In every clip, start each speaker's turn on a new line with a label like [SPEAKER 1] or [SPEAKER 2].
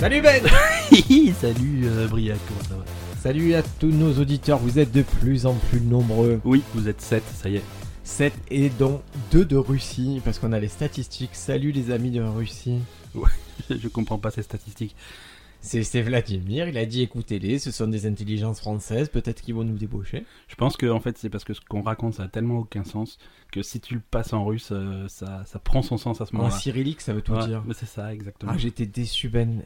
[SPEAKER 1] Salut Ben
[SPEAKER 2] Salut euh, Briac, comment ça va
[SPEAKER 1] Salut à tous nos auditeurs, vous êtes de plus en plus nombreux.
[SPEAKER 2] Oui, vous êtes 7, ça y est.
[SPEAKER 1] 7 et dont 2 de Russie, parce qu'on a les statistiques. Salut les amis de Russie.
[SPEAKER 2] Je comprends pas ces statistiques.
[SPEAKER 1] C'est c'est Vladimir, il a dit écoutez-les, ce sont des intelligences françaises, peut-être qu'ils vont nous débaucher.
[SPEAKER 2] Je pense que en fait c'est parce que ce qu'on raconte ça a tellement aucun sens que si tu le passes en russe, euh, ça, ça prend son sens à ce
[SPEAKER 1] En
[SPEAKER 2] moment-là.
[SPEAKER 1] cyrillique, ça veut tout
[SPEAKER 2] Ouais,
[SPEAKER 1] dire.
[SPEAKER 2] mais c'est ça exactement.
[SPEAKER 1] Ah, j'étais déçu Ben.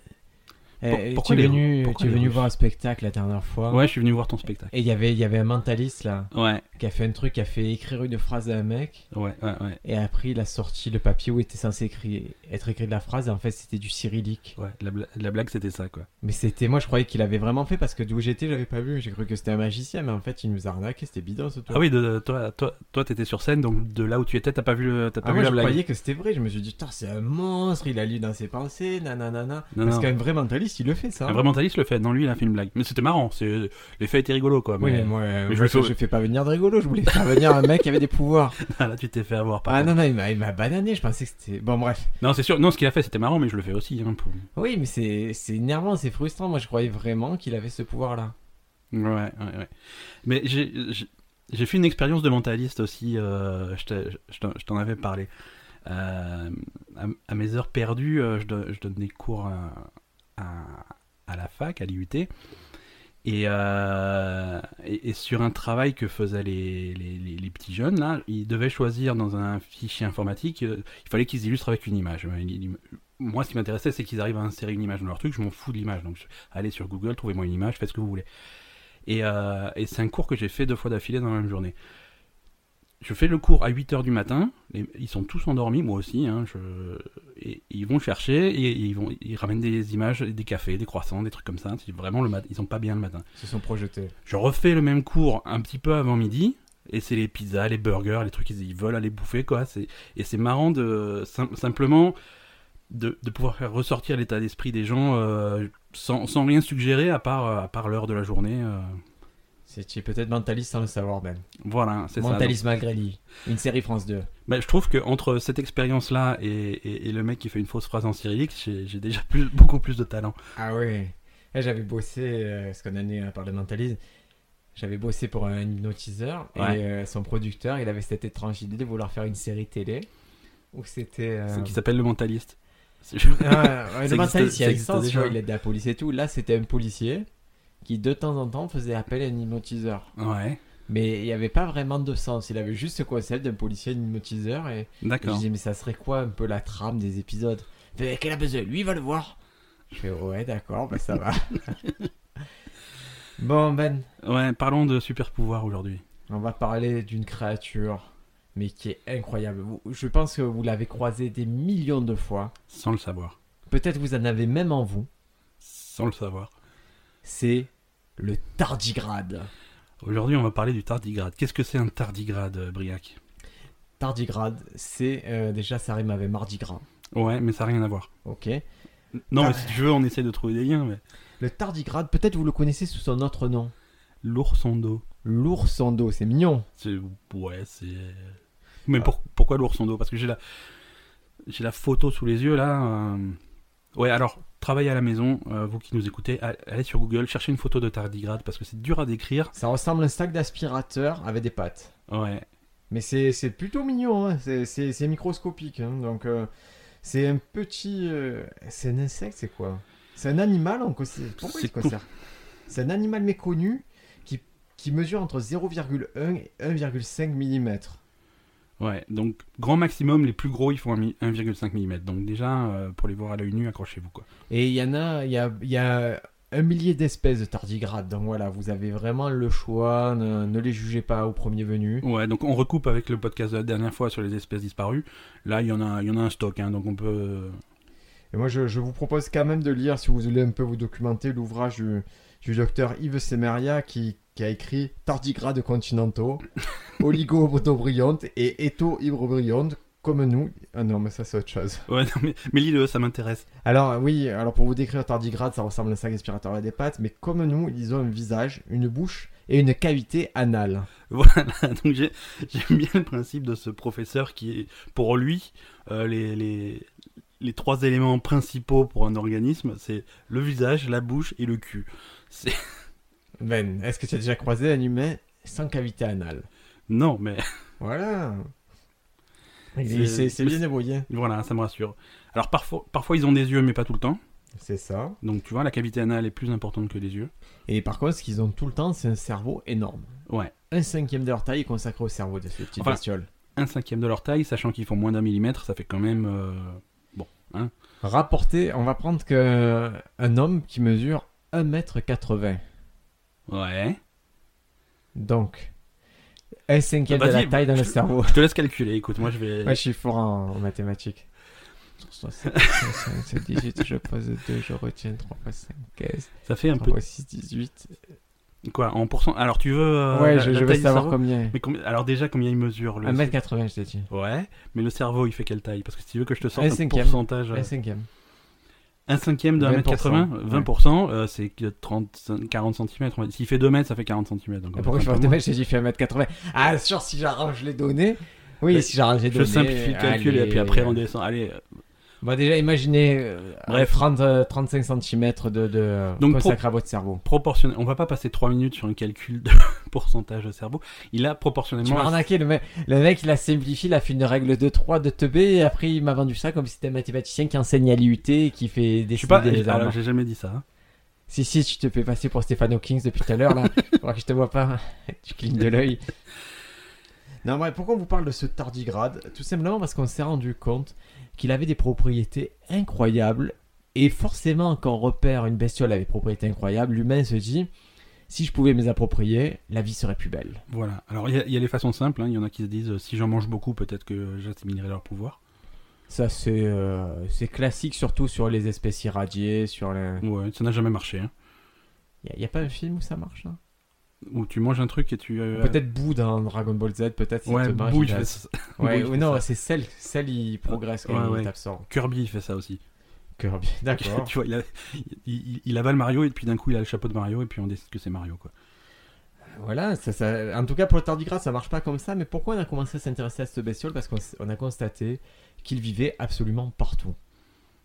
[SPEAKER 1] Eh,
[SPEAKER 2] Pour-
[SPEAKER 1] eh,
[SPEAKER 2] pourquoi
[SPEAKER 1] tu es
[SPEAKER 2] les-
[SPEAKER 1] venu,
[SPEAKER 2] pourquoi
[SPEAKER 1] tu es
[SPEAKER 2] les
[SPEAKER 1] venu
[SPEAKER 2] Russes
[SPEAKER 1] voir un spectacle la dernière fois.
[SPEAKER 2] ouais, je suis venu voir ton spectacle.
[SPEAKER 1] Et il y avait- il y avait un mentaliste là,
[SPEAKER 2] Ouais,
[SPEAKER 1] qui a fait un truc, qui a fait écrire une phrase à un mec.
[SPEAKER 2] ouais, ouais, ouais.
[SPEAKER 1] Et après, il a sorti le papier où était censé écrit- être écrit la phrase, et en fait, c'était du cyrillique.
[SPEAKER 2] Ouais, la, bla- la blague c'était ça quoi.
[SPEAKER 1] Mais c'était, moi, je croyais qu'il avait vraiment fait, parce que d'où j'étais, j'avais pas vu. J'ai cru que c'était un magicien, mais en fait, il nous a arnaqué, c'était bidon ce truc.
[SPEAKER 2] Ah oui, de, de- toi, toi, toi t'étais sur scène, donc de là où tu étais, t'as pas vu, le- t'as
[SPEAKER 1] Ah,
[SPEAKER 2] pas vu
[SPEAKER 1] moi,
[SPEAKER 2] la
[SPEAKER 1] je
[SPEAKER 2] blague.
[SPEAKER 1] croyais que c'était vrai. Je me suis dit, putain, c'est un monstre, il a lu dans ses pensées, nanana.
[SPEAKER 2] Non,
[SPEAKER 1] parce
[SPEAKER 2] non.
[SPEAKER 1] qu'un vrai mentaliste, il le fait, ça. hein.
[SPEAKER 2] Un vrai mentaliste le fait. Non, lui il a fait une blague. Mais c'était marrant. C'est l'effet était rigolo quoi.
[SPEAKER 1] Oui,
[SPEAKER 2] Mais
[SPEAKER 1] mais moi, euh,
[SPEAKER 2] je
[SPEAKER 1] moi, je,
[SPEAKER 2] le fais-
[SPEAKER 1] je fais pas venir de rigolo, je voulais faire venir un mec qui avait des pouvoirs.
[SPEAKER 2] là tu t'es fait avoir. Par
[SPEAKER 1] Ah
[SPEAKER 2] contre.
[SPEAKER 1] non, non, il m'a il m'a banané, je pensais que c'était. Bon, bref.
[SPEAKER 2] non, c'est sûr. Non, ce qu'il a fait c'était marrant, mais je le fais aussi. hein, pour-
[SPEAKER 1] Oui, mais c'est c'est énervant, c'est frustrant. Moi, je croyais vraiment qu'il avait ce pouvoir-là.
[SPEAKER 2] Ouais, ouais, ouais. Mais j'ai j'ai- j'ai fait une expérience de mentaliste aussi, euh, je t'ai- je t'en- je t'en avais parlé. Euh, à, à mes heures perdues, euh, je, don- je donnais cours à, à- à la fac, à l'IUT, et, euh, et, et sur un travail que faisaient les, les- les- les petits jeunes, là, ils devaient choisir dans un fichier informatique, euh, il fallait qu'ils illustrent avec une image. Une- une- Moi, ce qui m'intéressait, c'est qu'ils arrivent à insérer une image dans leur truc, je m'en fous de l'image, donc je- allez sur Google, trouvez-moi une image, faites ce que vous voulez. Et, euh, et c'est un cours que j'ai fait deux fois d'affilée dans la même journée. Je fais le cours à 8h du matin, les- ils sont tous endormis, moi aussi, hein, je- et ils vont chercher, et, ils, vont, ils ramènent des images, des cafés, des croissants, des trucs comme ça, c'est vraiment le mat- ils sont pas bien le matin.
[SPEAKER 1] Ils se sont projetés.
[SPEAKER 2] Je refais le même cours un petit peu avant midi, et c'est les pizzas, les burgers, les trucs qu'ils ils veulent aller bouffer, quoi. C'est- Et c'est marrant de sim- simplement de, de pouvoir faire ressortir l'état d'esprit des gens euh, sans, sans rien suggérer à part, euh, à part l'heure de la journée. euh.
[SPEAKER 1] C'est tu es peut-être mentaliste sans le savoir, Ben.
[SPEAKER 2] Voilà, c'est ça.
[SPEAKER 1] Mentaliste malgré lui. Une série France 2.
[SPEAKER 2] Donc, bah, je trouve que entre cette expérience-là et, et- et le mec qui fait une fausse phrase en cyrillique, j'ai j'ai déjà plus, beaucoup plus de talent.
[SPEAKER 1] Ah ouais. Eh, J'avais bossé, euh, parce qu'on en est euh, par le mentalisme, j'avais bossé pour un hypnotiseur
[SPEAKER 2] Ouais.
[SPEAKER 1] et euh, son producteur, il avait cette étrange idée de vouloir faire une série télé où c'était. euh,
[SPEAKER 2] C'est- Qui s'appelle le mentaliste. C'est-
[SPEAKER 1] Ah, ouais,
[SPEAKER 2] Ça
[SPEAKER 1] le
[SPEAKER 2] existe-
[SPEAKER 1] mentaliste, il y a une
[SPEAKER 2] ça existe
[SPEAKER 1] sens, tu
[SPEAKER 2] déjà.
[SPEAKER 1] vois, il aide la police et tout. Là, c'était un policier qui, de temps en temps, faisait appel à un hypnotiseur.
[SPEAKER 2] Ouais,
[SPEAKER 1] Mais il n'y avait pas vraiment de sens. Il avait juste ce concept d'un policier, d'un hypnotiseur et Je
[SPEAKER 2] d'accord.
[SPEAKER 1] dis, mais ça serait quoi un peu la trame des épisodes Il fait, Qu'elle a besoin Lui, il va le voir. Je fais, ouais, d'accord, bah ça va. bon, Ben,
[SPEAKER 2] Ouais, parlons de super pouvoir aujourd'hui.
[SPEAKER 1] on va parler d'une créature, mais qui est incroyable. Vous- Je pense que vous l'avez croisée des millions de fois.
[SPEAKER 2] Sans le savoir.
[SPEAKER 1] Peut-être vous en avez même en vous.
[SPEAKER 2] Sans le savoir.
[SPEAKER 1] C'est le tardigrade.
[SPEAKER 2] Aujourd'hui, on va parler du tardigrade. Qu'est-ce que c'est un tardigrade, euh, Briac
[SPEAKER 1] Tardigrade, c'est euh, déjà, ça rime avec Mardi Gras.
[SPEAKER 2] Ouais, mais ça n'a rien à voir.
[SPEAKER 1] Ok.
[SPEAKER 2] Non,
[SPEAKER 1] Ah.
[SPEAKER 2] mais si tu veux, on essaie de trouver des liens. Mais...
[SPEAKER 1] Le tardigrade, peut-être vous le connaissez sous son autre nom.
[SPEAKER 2] L'ourson d'eau.
[SPEAKER 1] L'ourson d'eau, c'est mignon.
[SPEAKER 2] C'est... Ouais, c'est. Ah. Mais pour- pourquoi l'ourson d'eau Parce que j'ai la... j'ai la photo sous les yeux là. euh. Ouais, alors, travaillez à la maison, euh, vous qui nous écoutez, a- allez sur Google, cherchez une photo de tardigrade parce que c'est dur à décrire.
[SPEAKER 1] Ça ressemble à un sac d'aspirateur avec des pattes.
[SPEAKER 2] Ouais.
[SPEAKER 1] Mais c'est c'est plutôt mignon, hein. c'est- c'est c'est microscopique. hein. Donc, euh, c'est un petit. euh, C'est un insecte, c'est quoi C'est un animal en concert. Pourquoi
[SPEAKER 2] C'est
[SPEAKER 1] il se conserve C'est un animal méconnu qui, qui mesure entre 0,1 et 1,5 mm.
[SPEAKER 2] Ouais, donc grand maximum, les plus gros ils font un mi- 1,5 mm. Donc déjà, euh, pour les voir à l'œil nu, accrochez-vous quoi.
[SPEAKER 1] Et il y en a, il y a, il y a un millier d'espèces de tardigrades. Donc voilà, vous avez vraiment le choix, ne, ne les jugez pas au premier venu.
[SPEAKER 2] Ouais, donc on recoupe avec le podcast de la dernière fois sur les espèces disparues. Là, il y en a, il y en a un stock, hein, donc on peut.
[SPEAKER 1] Et moi, je, je vous propose quand même de lire, si vous voulez un peu vous documenter, l'ouvrage du, du docteur Yves Semeria qui, qui a écrit Tardigrades continentaux, Oligobrillante et Eto comme nous. Ah non, mais ça, c'est autre chose.
[SPEAKER 2] Ouais, non, mais, mais lis-le, ça m'intéresse.
[SPEAKER 1] Alors, oui, alors pour vous décrire tardigrade, ça ressemble à un sac aspirateur à des pattes, mais comme nous, ils ont un visage, une bouche et une cavité anale.
[SPEAKER 2] Voilà, donc j'ai- j'aime bien le principe de ce professeur qui est, pour lui, euh, les, les, les trois éléments principaux pour un organisme, c'est le visage, la bouche et le cul. C'est-
[SPEAKER 1] Ben, est-ce que tu as déjà croisé un humain sans cavité anale
[SPEAKER 2] Non, mais
[SPEAKER 1] Voilà.
[SPEAKER 2] C'est-
[SPEAKER 1] Il- C'est c'est bien débrouillé.
[SPEAKER 2] voilà, ça me rassure. Alors parfois, parfois ils ont des yeux, mais pas tout le temps.
[SPEAKER 1] C'est ça.
[SPEAKER 2] Donc tu vois, la cavité anale est plus importante que les yeux.
[SPEAKER 1] Et par contre, ce qu'ils ont tout le temps, c'est un cerveau énorme.
[SPEAKER 2] Ouais,
[SPEAKER 1] Un cinquième de leur taille est consacré au cerveau de ces petites
[SPEAKER 2] Enfin,
[SPEAKER 1] bestioles.
[SPEAKER 2] un cinquième de leur taille, sachant qu'ils font moins d'un millimètre, ça fait quand même. euh,
[SPEAKER 1] Rapporté, on va prendre que euh, un homme qui mesure 1m80.
[SPEAKER 2] Ouais.
[SPEAKER 1] Donc, un cinquième de
[SPEAKER 2] Ah, Vas-y,
[SPEAKER 1] la taille dans le
[SPEAKER 2] je-
[SPEAKER 1] cerveau.
[SPEAKER 2] Je te laisse calculer. Écoute, moi je vais.
[SPEAKER 1] Ouais, je suis fort en, en mathématiques. 7, 18, je pose 2, je retiens 3 fois 5, 15,
[SPEAKER 2] Ça fait un
[SPEAKER 1] 3
[SPEAKER 2] peu.
[SPEAKER 1] fois 6, 18.
[SPEAKER 2] Quoi En pourcent Alors tu veux. euh,
[SPEAKER 1] ouais,
[SPEAKER 2] la-
[SPEAKER 1] je,
[SPEAKER 2] la
[SPEAKER 1] je veux
[SPEAKER 2] taille du
[SPEAKER 1] savoir
[SPEAKER 2] cerveau
[SPEAKER 1] combien.
[SPEAKER 2] Mais combien- Alors déjà, combien il mesure le.
[SPEAKER 1] 1m80, je t'ai dit.
[SPEAKER 2] Ouais, mais le cerveau, il fait quelle taille Parce que si tu veux que je te sorte
[SPEAKER 1] Un
[SPEAKER 2] un,
[SPEAKER 1] cinquième.
[SPEAKER 2] pourcentage. euh,
[SPEAKER 1] Un cinquième.
[SPEAKER 2] Un cinquième de 1m80,
[SPEAKER 1] 20%,
[SPEAKER 2] 20%, euh, c'est que 30, 40 cm. S'il fait 2 mètres, ça fait 40 cm. Donc, euh,
[SPEAKER 1] Et
[SPEAKER 2] on
[SPEAKER 1] pourquoi je
[SPEAKER 2] fait
[SPEAKER 1] fais
[SPEAKER 2] un peu
[SPEAKER 1] mathématiques J'ai dit fait 1m80. Ah, sûr, si j'arrange les données. Oui,
[SPEAKER 2] Mais
[SPEAKER 1] si j'arrange les
[SPEAKER 2] moins. Je
[SPEAKER 1] données.
[SPEAKER 2] simplifie le calcul et
[SPEAKER 1] allez.
[SPEAKER 2] puis après on descend. Allez, euh,
[SPEAKER 1] Bon, déjà, imaginez. euh,
[SPEAKER 2] Bref.
[SPEAKER 1] 30, euh, 35 cm de, de
[SPEAKER 2] Donc,
[SPEAKER 1] consacré à votre cerveau.
[SPEAKER 2] proportionnel. On va pas passer 3 minutes sur un calcul de pourcentage de cerveau. Il a
[SPEAKER 1] Tu m'as
[SPEAKER 2] proportionnellement.
[SPEAKER 1] arnaqué, le mec, le mec il a simplifié, il a fait une règle de 3 de teubé et après il m'a vendu ça comme si c'était un mathématicien qui enseigne à l'IUT et qui fait des
[SPEAKER 2] Je suis pas.
[SPEAKER 1] des armes.
[SPEAKER 2] Alors, j'ai jamais dit ça. hein.
[SPEAKER 1] Si, si, tu te fais passer pour Stéphane Hawking depuis tout à l'heure, là. Faudra que je te vois pas. tu clignes de l'œil. Non, mais pourquoi on vous parle de ce tardigrade Tout simplement parce qu'on s'est rendu compte qu'il avait des propriétés incroyables. Et forcément, quand on repère une bestiole avec des propriétés incroyables, l'humain se dit si je pouvais me les approprier, la vie serait plus belle.
[SPEAKER 2] Voilà. Alors, il y a- il y, a les façons simples. hein. Il y en a qui se disent euh, si j'en mange beaucoup, peut-être que j'assimilerai leur pouvoir.
[SPEAKER 1] Ça, c'est euh, c'est classique, surtout sur les espèces irradiées. sur les...
[SPEAKER 2] Ouais, ça n'a jamais marché. hein.
[SPEAKER 1] Il n'y a, pas un film où ça marche là
[SPEAKER 2] Ou tu manges un truc et tu. euh,
[SPEAKER 1] Peut-être Boo dans Dragon Ball Z, peut-être. ça
[SPEAKER 2] Ouais,
[SPEAKER 1] te marque,
[SPEAKER 2] bouille,
[SPEAKER 1] il a-
[SPEAKER 2] je fais ça.
[SPEAKER 1] Ouais,
[SPEAKER 2] Oui,
[SPEAKER 1] ou
[SPEAKER 2] c'est
[SPEAKER 1] non,
[SPEAKER 2] ça.
[SPEAKER 1] c'est celle, celle il progresse quand
[SPEAKER 2] Ouais,
[SPEAKER 1] même,
[SPEAKER 2] ouais.
[SPEAKER 1] il t'absorbe.
[SPEAKER 2] Kirby, il fait ça aussi.
[SPEAKER 1] Kirby, d'accord.
[SPEAKER 2] tu vois, il, a- il- il- il avale Mario et puis d'un coup il a le chapeau de Mario et puis on décide que c'est Mario quoi.
[SPEAKER 1] voilà, ça, ça- en tout cas pour le tardigrade, ça marche pas comme ça. Mais pourquoi on a commencé à s'intéresser à ce bestiole Parce qu'on s- on a constaté qu'il vivait absolument partout.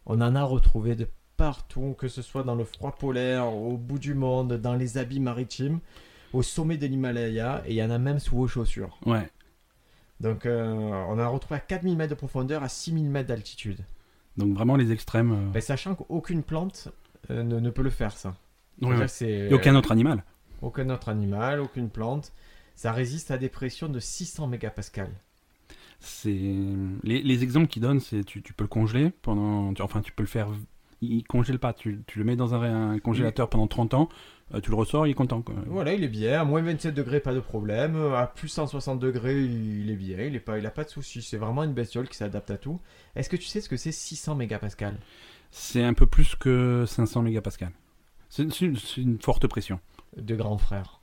[SPEAKER 1] On en a retrouvé de partout, que ce soit dans le froid polaire, au bout du monde, dans les habits maritimes, au sommet de l'Himalaya, et il y en a même sous vos chaussures.
[SPEAKER 2] Ouais.
[SPEAKER 1] Donc euh, on a retrouvé à 4000 mètres de profondeur, à 6000 mètres d'altitude.
[SPEAKER 2] Donc vraiment les extrêmes. euh,
[SPEAKER 1] Ben, sachant qu'aucune plante euh, ne, ne peut le faire, ça.
[SPEAKER 2] ouais, ouais.
[SPEAKER 1] C'est-à-dire que c'est- euh,
[SPEAKER 2] Et aucun autre animal.
[SPEAKER 1] Aucun autre animal, aucune plante. Ça résiste à des pressions de 600 mégapascales.
[SPEAKER 2] C'est les, les exemples qu'il donne, c'est tu, tu peux le congeler pendant, tu- enfin tu peux le faire. Il il congèle pas, tu, tu le mets dans un, un congélateur pendant 30 ans, euh, tu le ressors, il est content. Quoi.
[SPEAKER 1] Voilà, il est bien. À moins 27 degrés, pas de problème. Euh, À plus 160 degrés, il est bien. Il n'a pas, il a pas de soucis. C'est vraiment une bestiole qui s'adapte à tout. Est-ce que tu sais ce que c'est 600 mégapascales
[SPEAKER 2] C'est un peu plus que 500 mégapascales. C'est c'est une, c'est une forte pression.
[SPEAKER 1] de grand frère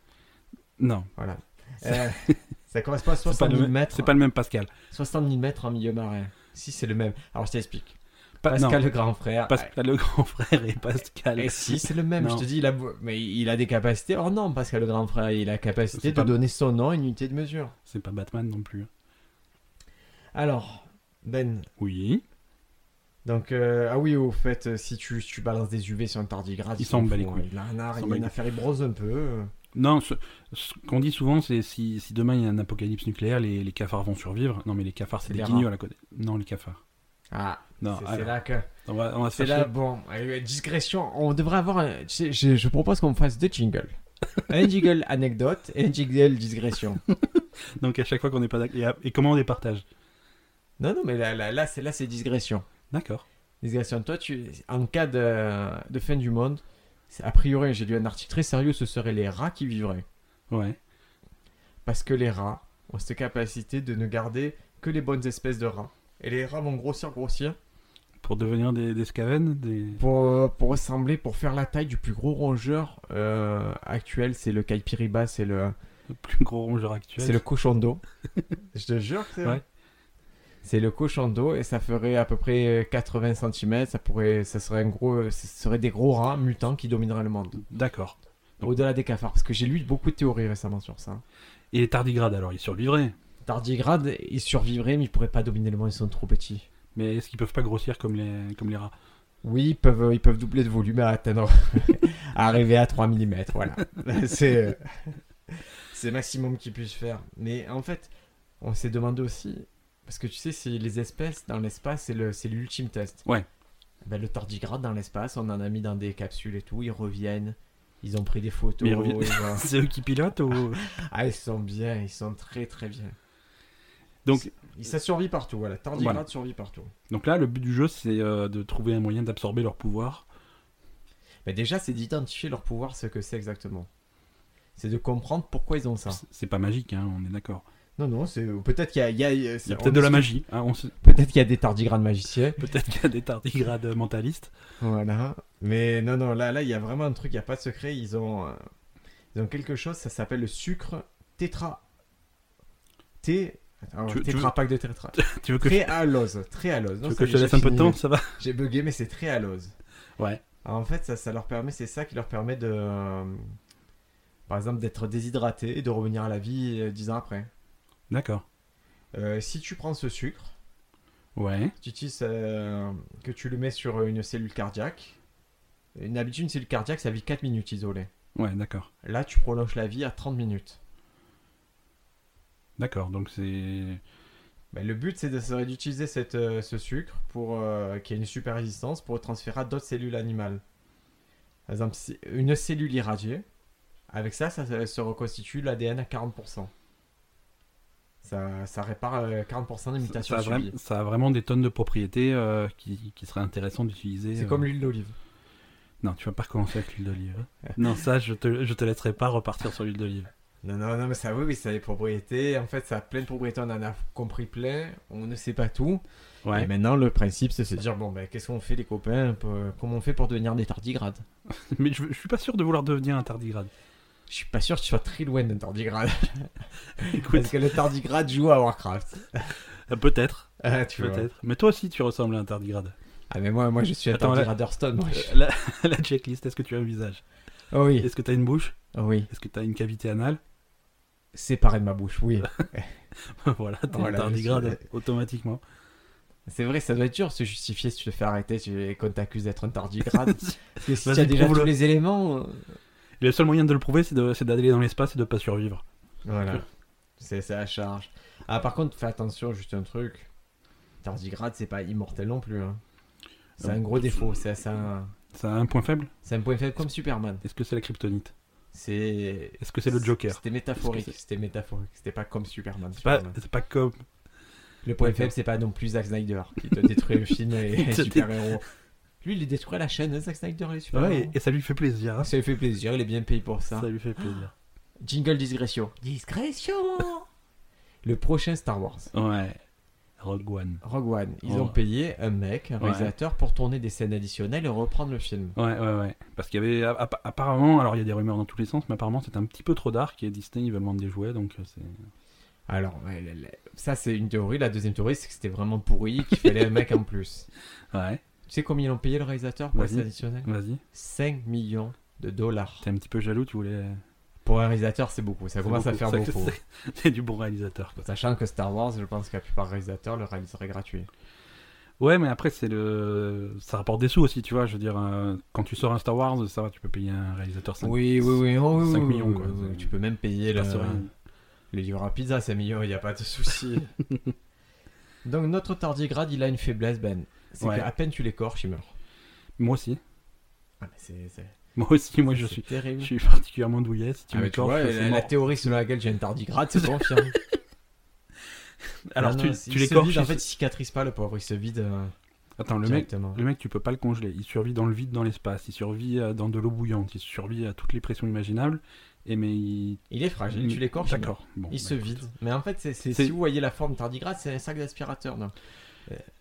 [SPEAKER 2] Non,
[SPEAKER 1] Voilà. Euh, ça correspond à
[SPEAKER 2] c'est pas,
[SPEAKER 1] 60
[SPEAKER 2] le
[SPEAKER 1] 000
[SPEAKER 2] même-
[SPEAKER 1] mètres,
[SPEAKER 2] c'est pas le même Pascal.
[SPEAKER 1] 60 000 mètres en milieu marin. Si, c'est le même. Alors, je t'explique.
[SPEAKER 2] Pas- non,
[SPEAKER 1] Pascal le grand frère.
[SPEAKER 2] Pascal le grand frère et Pascal.
[SPEAKER 1] Et si, c'est le même,
[SPEAKER 2] Non.
[SPEAKER 1] je te dis, il a... mais il a des capacités. Oh non, Pascal le grand frère, il a la capacité
[SPEAKER 2] C'est
[SPEAKER 1] de
[SPEAKER 2] pas-
[SPEAKER 1] donner son nom à une unité de mesure.
[SPEAKER 2] C'est pas Batman non plus. hein.
[SPEAKER 1] Alors, Ben,
[SPEAKER 2] Oui,
[SPEAKER 1] donc, euh, ah oui, au fait, euh, si tu, si tu balances des UV sur un tardigrade,
[SPEAKER 2] Il s'en bat les
[SPEAKER 1] fout,
[SPEAKER 2] couilles.
[SPEAKER 1] hein. Il a un art,
[SPEAKER 2] s'en
[SPEAKER 1] il
[SPEAKER 2] bat
[SPEAKER 1] a une
[SPEAKER 2] les
[SPEAKER 1] affaire, il brose un peu. euh.
[SPEAKER 2] Non, ce, ce qu'on dit souvent, c'est si, si demain il y a un apocalypse nucléaire, les, les cafards vont survivre. Non, mais les cafards, c'est
[SPEAKER 1] C'est
[SPEAKER 2] des
[SPEAKER 1] les
[SPEAKER 2] guignols à côté. Non, les cafards.
[SPEAKER 1] Ah,
[SPEAKER 2] Non,
[SPEAKER 1] c'est- c'est
[SPEAKER 2] alors,
[SPEAKER 1] là que.
[SPEAKER 2] on va, on va se
[SPEAKER 1] C'est
[SPEAKER 2] fâcher.
[SPEAKER 1] là, bon, euh, discrétion, on devrait avoir un. tu sais, je, je propose qu'on fasse deux jingles. un jingle anecdote et un jingle discrétion.
[SPEAKER 2] Donc à chaque fois qu'on n'est pas d'accord. Et, à- et comment on les partage
[SPEAKER 1] Non, non, mais là, là, là, c'est, là c'est discrétion.
[SPEAKER 2] D'accord.
[SPEAKER 1] Discrétion, toi, tu, en cas de, de fin du monde, c'est- a priori, j'ai lu un article très sérieux, ce seraient les rats qui vivraient.
[SPEAKER 2] Ouais.
[SPEAKER 1] Parce que les rats ont cette capacité de ne garder que les bonnes espèces de rats. Et les rats vont grossir, grossir,
[SPEAKER 2] Pour devenir des, des scaven, des.
[SPEAKER 1] pour, euh, pour ressembler, pour faire la taille du plus gros rongeur euh, actuel, c'est le caipiriba, c'est le,
[SPEAKER 2] Le plus gros rongeur actuel.
[SPEAKER 1] c'est le cochon d'eau. Je te jure que c'est vrai.
[SPEAKER 2] Ouais.
[SPEAKER 1] C'est le cochon d'eau et ça ferait à peu près 80 cm, ça, pourrait, ça serait un gros, euh, ce serait des gros rats mutants qui domineraient le monde.
[SPEAKER 2] D'accord. Donc-
[SPEAKER 1] Au-delà des cafards, parce que j'ai lu beaucoup de théories récemment sur ça.
[SPEAKER 2] Et les tardigrades, alors, ils survivraient.
[SPEAKER 1] Tardigrade, il survivrait, mais il pourrait pas dominer le monde, ils sont trop petits.
[SPEAKER 2] Mais est-ce qu'ils peuvent pas grossir comme les, comme les rats
[SPEAKER 1] Oui, ils peuvent, euh, ils peuvent doubler de volume et atteindre, arriver à 3 mm, voilà. c'est, euh, c'est le maximum qu'ils puissent faire. Mais en fait, on s'est demandé aussi, parce que tu sais, c'est les espèces dans l'espace, c'est, le, c'est l'ultime test.
[SPEAKER 2] Ouais.
[SPEAKER 1] Ben, le tardigrade dans l'espace, on en a mis dans des capsules et tout, ils reviennent, ils ont pris des photos.
[SPEAKER 2] Mais ils reviennent-
[SPEAKER 1] ont-
[SPEAKER 2] C'est eux qui pilotent ou...
[SPEAKER 1] Ah, ils sont bien, ils sont très très bien.
[SPEAKER 2] Donc-
[SPEAKER 1] Ils- ça survit partout, voilà. Tardigrade
[SPEAKER 2] Voilà.
[SPEAKER 1] survit partout.
[SPEAKER 2] Donc là, le but du jeu, c'est euh, de trouver un moyen d'absorber leur pouvoir.
[SPEAKER 1] Mais déjà, c'est d'identifier leur pouvoir, ce que c'est exactement. C'est de comprendre pourquoi ils ont ça.
[SPEAKER 2] C'est- C'est pas magique, hein, on est d'accord.
[SPEAKER 1] Non, non, c'est peut-être qu'il y a, il y a- il y a-
[SPEAKER 2] Il y a
[SPEAKER 1] on
[SPEAKER 2] peut-être de la
[SPEAKER 1] discute-
[SPEAKER 2] magie. hein, on sait-
[SPEAKER 1] Peut-être qu'il y a des tardigrades magiciens.
[SPEAKER 2] Peut-être qu'il y a des tardigrades mentalistes.
[SPEAKER 1] Voilà. Mais non, non, là, là, il y a vraiment un truc, il n'y a pas de secret. Ils ont, euh, ils ont quelque chose, ça s'appelle le sucre tétra. T. Attends, oh,
[SPEAKER 2] Tu veux- tu
[SPEAKER 1] tétra,
[SPEAKER 2] veux-
[SPEAKER 1] pack de tétra.
[SPEAKER 2] Tu veux que, je,
[SPEAKER 1] Tréhalose, tréhalose.
[SPEAKER 2] tu
[SPEAKER 1] Non,
[SPEAKER 2] veux
[SPEAKER 1] ça
[SPEAKER 2] que
[SPEAKER 1] y
[SPEAKER 2] je
[SPEAKER 1] est,
[SPEAKER 2] te
[SPEAKER 1] j'ai
[SPEAKER 2] laisse un peu de
[SPEAKER 1] fini.
[SPEAKER 2] temps Ça va
[SPEAKER 1] J'ai bugué, mais c'est tréhalose.
[SPEAKER 2] Ouais.
[SPEAKER 1] En fait, ça, ça leur permet, c'est ça qui leur permet de, euh, par exemple, d'être déshydraté et de revenir à la vie euh, dix ans après.
[SPEAKER 2] D'accord.
[SPEAKER 1] Euh, si tu prends ce sucre,
[SPEAKER 2] Ouais.
[SPEAKER 1] tu utilises, euh, que tu le mets sur une cellule cardiaque, une habitude, une cellule cardiaque, ça vit 4 minutes isolée.
[SPEAKER 2] Ouais, d'accord.
[SPEAKER 1] Là, tu prolonges la vie à 30 minutes.
[SPEAKER 2] D'accord. Donc c'est.
[SPEAKER 1] Ben, le but, c'est de- ça serait d'utiliser cette, euh, ce sucre pour euh, qui a une super résistance pour le transférer à d'autres cellules animales. Par exemple, si- une cellule irradiée, avec ça, ça, ça se reconstitue l'ADN à 40%. Ça, ça répare euh, 40% des
[SPEAKER 2] Ça,
[SPEAKER 1] mutations
[SPEAKER 2] ça a vra-
[SPEAKER 1] subies.
[SPEAKER 2] ça a vraiment des tonnes de propriétés euh, qui, qui seraient intéressantes d'utiliser.
[SPEAKER 1] C'est
[SPEAKER 2] euh.
[SPEAKER 1] comme l'huile d'olive.
[SPEAKER 2] Non, tu vas pas recommencer avec l'huile d'olive. hein. non, ça, je te, je te laisserai pas repartir sur l'huile d'olive.
[SPEAKER 1] Non, non, non, mais ça, oui, oui, ça a des propriétés. En fait, ça a plein de propriétés, on en a compris plein. On ne sait pas tout. Et
[SPEAKER 2] Ouais.
[SPEAKER 1] maintenant, le principe, c'est de se dire, bon, ben, qu'est-ce qu'on fait, les copains pour- Comment on fait pour devenir des tardigrades
[SPEAKER 2] Mais je, je suis pas sûr de vouloir devenir un tardigrade.
[SPEAKER 1] Je suis pas sûr que tu sois très loin d'un tardigrade.
[SPEAKER 2] Écoute,
[SPEAKER 1] Parce que le tardigrade joue à Warcraft.
[SPEAKER 2] euh, peut-être,
[SPEAKER 1] Ah, tu vois.
[SPEAKER 2] peut-être. Mais toi aussi, tu ressembles à un tardigrade.
[SPEAKER 1] Ah, mais moi, moi je suis un
[SPEAKER 2] Attends, là-
[SPEAKER 1] tardigrade Hearthstone. moi.
[SPEAKER 2] Euh, la, la checklist, est-ce que tu as un visage
[SPEAKER 1] Oh oui,
[SPEAKER 2] Est-ce que tu as une bouche
[SPEAKER 1] oh oui.
[SPEAKER 2] Est-ce que tu as une cavité anale
[SPEAKER 1] Séparé de ma bouche, oui.
[SPEAKER 2] Voilà, t'es
[SPEAKER 1] Voilà,
[SPEAKER 2] un
[SPEAKER 1] je suis-
[SPEAKER 2] tardigrade automatiquement.
[SPEAKER 1] C'est vrai, ça doit être dur de se justifier si tu te fais arrêter tu... quand t'accuses d'être un tardigrade. Parce que si
[SPEAKER 2] Vas-y,
[SPEAKER 1] tu as déjà tous
[SPEAKER 2] prouve-le.
[SPEAKER 1] les éléments. euh,
[SPEAKER 2] Le seul moyen de le prouver, c'est de- c'est d'aller dans l'espace et de pas survivre.
[SPEAKER 1] Voilà. C'est c'est à charge. Ah, par contre, fais attention, juste un truc. Tardigrade, c'est pas immortel non plus. hein. C'est
[SPEAKER 2] Euh,
[SPEAKER 1] un gros défaut. C'est c'est un...
[SPEAKER 2] Ça a un point faible
[SPEAKER 1] c'est un point faible comme Superman.
[SPEAKER 2] Est-ce que c'est la kryptonite
[SPEAKER 1] C'est.
[SPEAKER 2] Est-ce que c'est le Joker
[SPEAKER 1] C'était métaphorique,
[SPEAKER 2] Parce que
[SPEAKER 1] c'était métaphorique, c'était pas comme Superman.
[SPEAKER 2] C'est pas,
[SPEAKER 1] Superman.
[SPEAKER 2] c'est pas comme.
[SPEAKER 1] Le point
[SPEAKER 2] D'accord.
[SPEAKER 1] faible, c'est pas non plus Zack Snyder qui te détruit le film et
[SPEAKER 2] Il
[SPEAKER 1] les
[SPEAKER 2] te
[SPEAKER 1] super-héros. Lui, il est détruit à la chaîne, hein, Zack Snyder et les
[SPEAKER 2] Ouais,
[SPEAKER 1] super-héros.
[SPEAKER 2] et, et ça lui fait plaisir. hein.
[SPEAKER 1] Ça lui fait plaisir, il est bien payé pour ça.
[SPEAKER 2] Ça lui fait plaisir.
[SPEAKER 1] Jingle Discrétion. Discrétion Le prochain Star Wars.
[SPEAKER 2] Ouais. Rogue One.
[SPEAKER 1] Rogue One, ils
[SPEAKER 2] Oh.
[SPEAKER 1] ont payé un mec, un
[SPEAKER 2] Ouais.
[SPEAKER 1] réalisateur, pour tourner des scènes additionnelles et reprendre le film.
[SPEAKER 2] Ouais, ouais, ouais. Parce qu'il y avait. app- Apparemment, alors il y a des rumeurs dans tous les sens, mais apparemment c'est un petit peu trop dark et Disney ils veulent vendre des jouets donc euh, c'est.
[SPEAKER 1] Alors, ouais, la- la- ça c'est une théorie. La deuxième théorie, c'est que c'était vraiment pourri, qu'il fallait un mec en plus.
[SPEAKER 2] Ouais,
[SPEAKER 1] Tu sais combien ils ont payé le réalisateur pour les
[SPEAKER 2] Vas-y.
[SPEAKER 1] scènes additionnelles
[SPEAKER 2] vas-y.
[SPEAKER 1] 5 millions de dollars.
[SPEAKER 2] T'es un petit peu jaloux, tu voulais.
[SPEAKER 1] Pour un réalisateur, c'est beaucoup. Ça
[SPEAKER 2] c'est
[SPEAKER 1] commence à
[SPEAKER 2] beaucoup.
[SPEAKER 1] faire
[SPEAKER 2] Ça-
[SPEAKER 1] beaucoup.
[SPEAKER 2] c'est- T'es du bon réalisateur. quoi.
[SPEAKER 1] Sachant que Star Wars, je pense que la plupart des réalisateurs le réaliseraient gratuit.
[SPEAKER 2] Ouais, mais après, c'est le. Ça rapporte des sous aussi, tu vois. Je veux dire, euh, quand tu sors un Star Wars, ça va, tu peux payer un réalisateur 5
[SPEAKER 1] oui, oui, oui. oh, oui,
[SPEAKER 2] 5
[SPEAKER 1] oui,
[SPEAKER 2] millions,
[SPEAKER 1] oui,
[SPEAKER 2] quoi.
[SPEAKER 1] oui, oui.
[SPEAKER 2] C'est- Euh,
[SPEAKER 1] Tu peux même payer le,
[SPEAKER 2] Pas sur rien.
[SPEAKER 1] le livre à pizza, c'est millions, il n'y a pas de souci. Donc, notre tardigrade, il a une faiblesse, Ben. C'est
[SPEAKER 2] Ouais.
[SPEAKER 1] qu'à peine tu l'écorches, il meurt.
[SPEAKER 2] Moi aussi.
[SPEAKER 1] Ah, mais c'est, c'est-
[SPEAKER 2] Moi aussi, moi je
[SPEAKER 1] c'est
[SPEAKER 2] suis,
[SPEAKER 1] terrible.
[SPEAKER 2] je suis particulièrement douillet. Si tu
[SPEAKER 1] Ah, mais tu
[SPEAKER 2] m'écorches,
[SPEAKER 1] vois,
[SPEAKER 2] c'est
[SPEAKER 1] la, la
[SPEAKER 2] mort.
[SPEAKER 1] théorie selon laquelle j'ai une tardigrade, c'est confirme.
[SPEAKER 2] Alors
[SPEAKER 1] Non,
[SPEAKER 2] tu,
[SPEAKER 1] non,
[SPEAKER 2] tu
[SPEAKER 1] il se
[SPEAKER 2] l'écorches.
[SPEAKER 1] vide,
[SPEAKER 2] il
[SPEAKER 1] En fait,
[SPEAKER 2] se-
[SPEAKER 1] il cicatrise pas, le pauvre. Il se vide euh,
[SPEAKER 2] Attends, le mec,
[SPEAKER 1] directement.
[SPEAKER 2] le mec, tu peux pas le congeler. Il survit dans le vide, dans l'espace. Il survit euh, dans de l'eau bouillante. Il survit à toutes les pressions imaginables. Et mais il.
[SPEAKER 1] Il est fragile, Ah, tu l'écorches, il meurt.
[SPEAKER 2] D'accord. Bon,
[SPEAKER 1] Il
[SPEAKER 2] bah,
[SPEAKER 1] se
[SPEAKER 2] écoute.
[SPEAKER 1] vide. Mais en fait, c'est, c'est-
[SPEAKER 2] C'est-
[SPEAKER 1] si vous voyez la forme tardigrade, c'est un sac d'aspirateur. non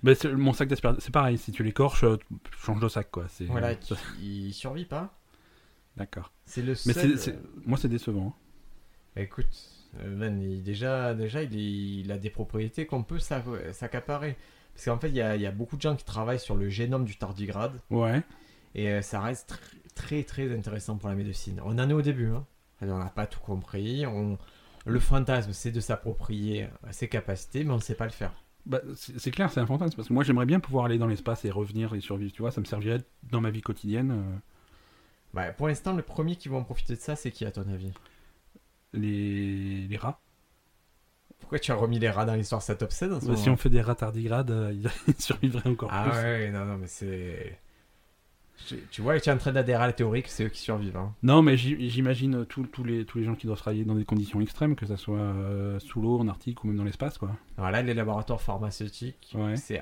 [SPEAKER 2] Bah, c'est- mon sac d'aspirateur, c'est pareil. Si tu l'écorches, euh, tu changes de sac, quoi. C'est.
[SPEAKER 1] Voilà,
[SPEAKER 2] ça-
[SPEAKER 1] il, il survit pas.
[SPEAKER 2] D'accord.
[SPEAKER 1] C'est le
[SPEAKER 2] Mais
[SPEAKER 1] seul.
[SPEAKER 2] c'est- c'est- moi, c'est décevant.
[SPEAKER 1] Bah, Écoute, euh, Ben, il- déjà, déjà il, est- il a des propriétés qu'on peut s'ac- s'accaparer. Parce qu'en fait, il y, a, il y a beaucoup de gens qui travaillent sur le génome du tardigrade.
[SPEAKER 2] Ouais.
[SPEAKER 1] Et euh, ça reste tr- très, très intéressant pour la médecine. On en est au début. hein. Alors, on n'a pas tout compris. On... Le fantasme, c'est de s'approprier ses capacités, euh, mais on ne sait pas le faire.
[SPEAKER 2] bah, c'est c'est clair, c'est un fantasme. Parce que moi, j'aimerais bien pouvoir aller dans l'espace et revenir et survivre. Tu vois, ça me servirait dans ma vie quotidienne. euh,
[SPEAKER 1] Ouais, Bah, pour l'instant, le premier qui va en profiter de ça, c'est qui, à ton avis
[SPEAKER 2] les... les rats.
[SPEAKER 1] Pourquoi tu as remis les rats dans l'histoire Ça t'obsède en ce
[SPEAKER 2] Bah, si
[SPEAKER 1] moment
[SPEAKER 2] on fait des rats tardigrades, euh, ils survivraient encore
[SPEAKER 1] Ah
[SPEAKER 2] plus.
[SPEAKER 1] ouais, non, non, mais c'est. Tu- Tu vois, tu es en train d'adhérer à la théorie que c'est eux qui survivent. Hein.
[SPEAKER 2] Non, mais j'im- j'imagine euh, tous tous les, tous les gens qui doivent travailler dans des conditions extrêmes, que ça soit euh, sous l'eau, en Arctique ou même dans l'espace, quoi.
[SPEAKER 1] Alors là, les laboratoires pharmaceutiques,
[SPEAKER 2] Ouais.
[SPEAKER 1] c'est